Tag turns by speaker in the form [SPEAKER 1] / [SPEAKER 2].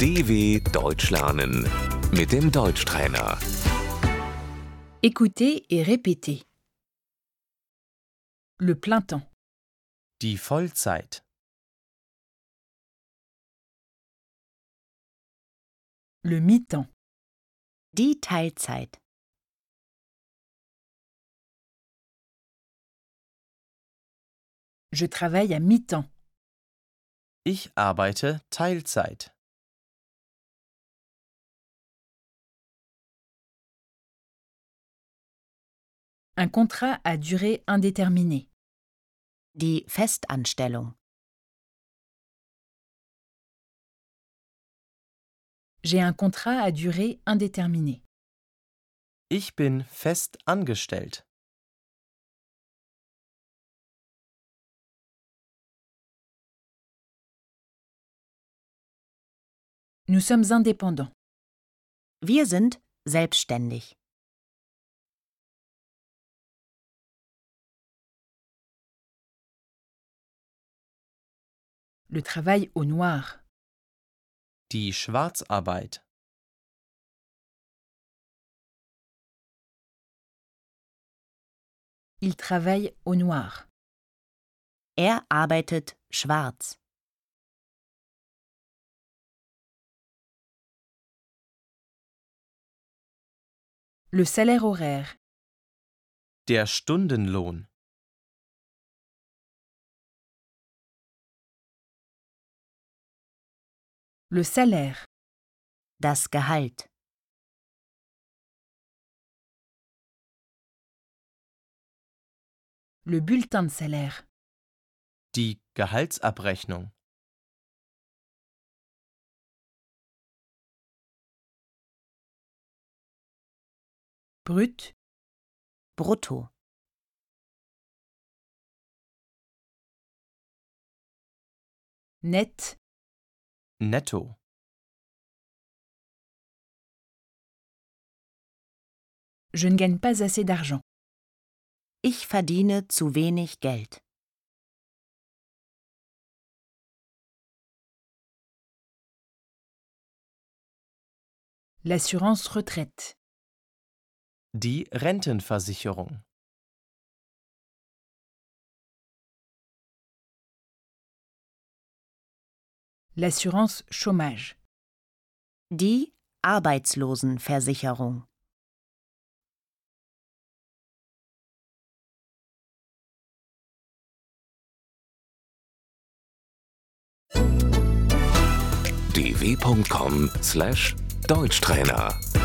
[SPEAKER 1] DW Deutsch lernen mit dem Deutschtrainer.
[SPEAKER 2] Écoutez et répétez. Le plein temps,
[SPEAKER 3] Die Vollzeit.
[SPEAKER 2] le mi-temps. Die Teilzeit. Je travaille à mi-temps,
[SPEAKER 3] Ich arbeite Teilzeit.
[SPEAKER 2] un contrat à durée indéterminée,
[SPEAKER 4] Die Festanstellung.
[SPEAKER 2] j'ai un contrat à durée indéterminée,
[SPEAKER 3] Ich bin fest angestellt.
[SPEAKER 2] nous sommes indépendants.
[SPEAKER 4] Wir sind selbstständig.
[SPEAKER 2] Le travail au noir,
[SPEAKER 3] Die Schwarzarbeit.
[SPEAKER 2] il travaille au noir.
[SPEAKER 4] Er arbeitet schwarz.
[SPEAKER 2] Le salaire horaire,
[SPEAKER 3] Der Stundenlohn.
[SPEAKER 2] le salaire,
[SPEAKER 4] Das Gehalt.
[SPEAKER 2] le bulletin de salaire,
[SPEAKER 3] Die Gehaltsabrechnung.
[SPEAKER 2] brut,
[SPEAKER 4] Brutto.
[SPEAKER 2] net,
[SPEAKER 3] Netto.
[SPEAKER 2] je ne gagne pas assez d'argent.
[SPEAKER 4] Ich verdiene zu wenig Geld.
[SPEAKER 2] L'assurance retraite,
[SPEAKER 3] Die Rentenversicherung.
[SPEAKER 2] l'assurance chômage,
[SPEAKER 4] Die Arbeitslosenversicherung.
[SPEAKER 1] dw.com/deutschtrainer